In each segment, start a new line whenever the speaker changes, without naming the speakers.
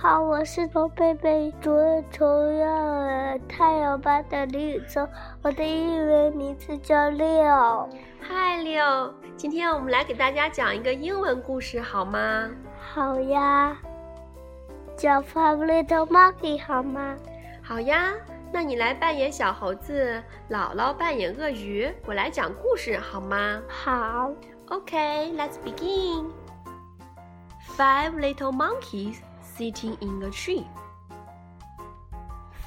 好，我是从贝贝卓从要太阳班的李宇宙，我的英文名字叫六。
嗨，六，今天我们来给大家讲一个英文故事好吗？
好呀，叫 Five Little Monkey 好吗？
好呀，那你来扮演小猴子，姥姥扮演鳄鱼，我来讲故事好吗
好。
？OK，let's、begin. Five little monkeys sitting in a tree.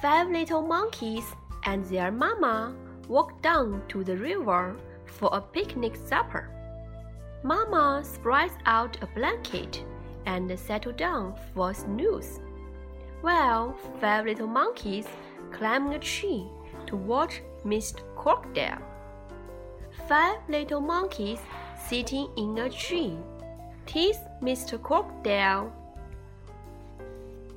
Five little monkeys and their mama walked down to the river for a picnic supper. Mama spread out a blanket and settled down for a snooze. Well, five little monkeys climbed a tree to watch Mr. Crocodile. Five little monkeys sitting in a tree tease Mr. Crocodile.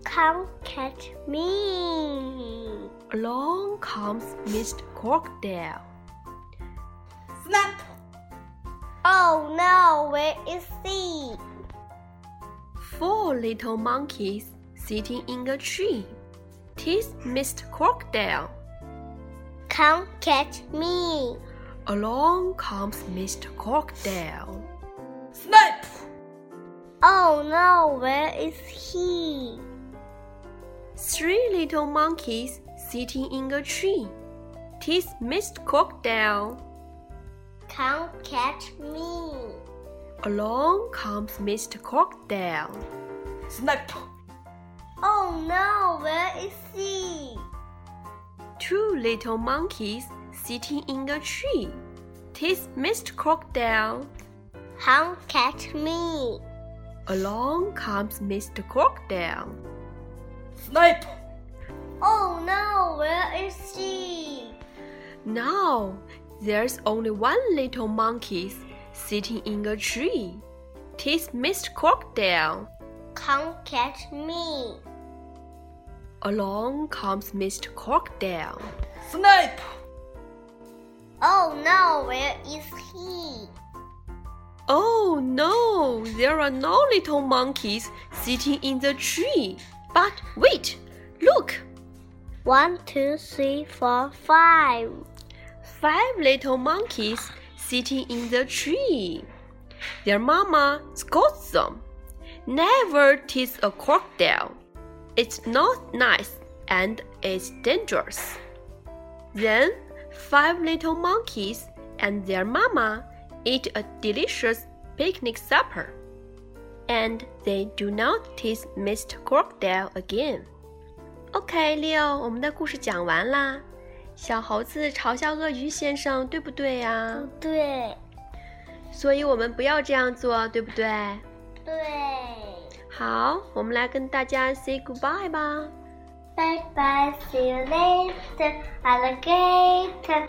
Come catch me.
Along comes Mr. Crocodile.
Snap. Oh no, where is he?
Four little monkeys sitting in a tree tease Mr. Crocodile.
Come catch me.
Along comes Mr. Crocodile.
Snap. Oh no, where is he?
Three little monkeys sitting in a tree tease Mr. Crocodile.
Come catch me.
Along comes Mr. Crocodile.
Snap. Oh no, where is he?
Two little monkeys sitting in a tree tease Mr. Crocodile.
Come catch me.
Along comes Mr. Crocodile.
Snap. Oh no, where is he?
Now there's only one little monkey sitting in a tree. Tis Mr. Crocodile.
Come catch me.
Along comes Mr. Crocodile.
Snape! Oh no, where is he?
Oh no, there are no little monkeys sitting in the tree. But wait, look,
One, two, three, four, five.
five little monkeys sitting in the tree. Their mama scolds them. Never tease a crocodile. It's not nice and it's dangerous. Then, five little monkeys and their mama eat a delicious picnic supper. And they do not tease Mr. Crocodile again. OK，六，我们的故事讲完啦。小猴子嘲笑鳄鱼先生，对不对呀、
Oh,
所以我们不要这样做，对不对？
对对。Bye
好，我们来跟大家 say goodbye 吧。
bye, see you later, alligator.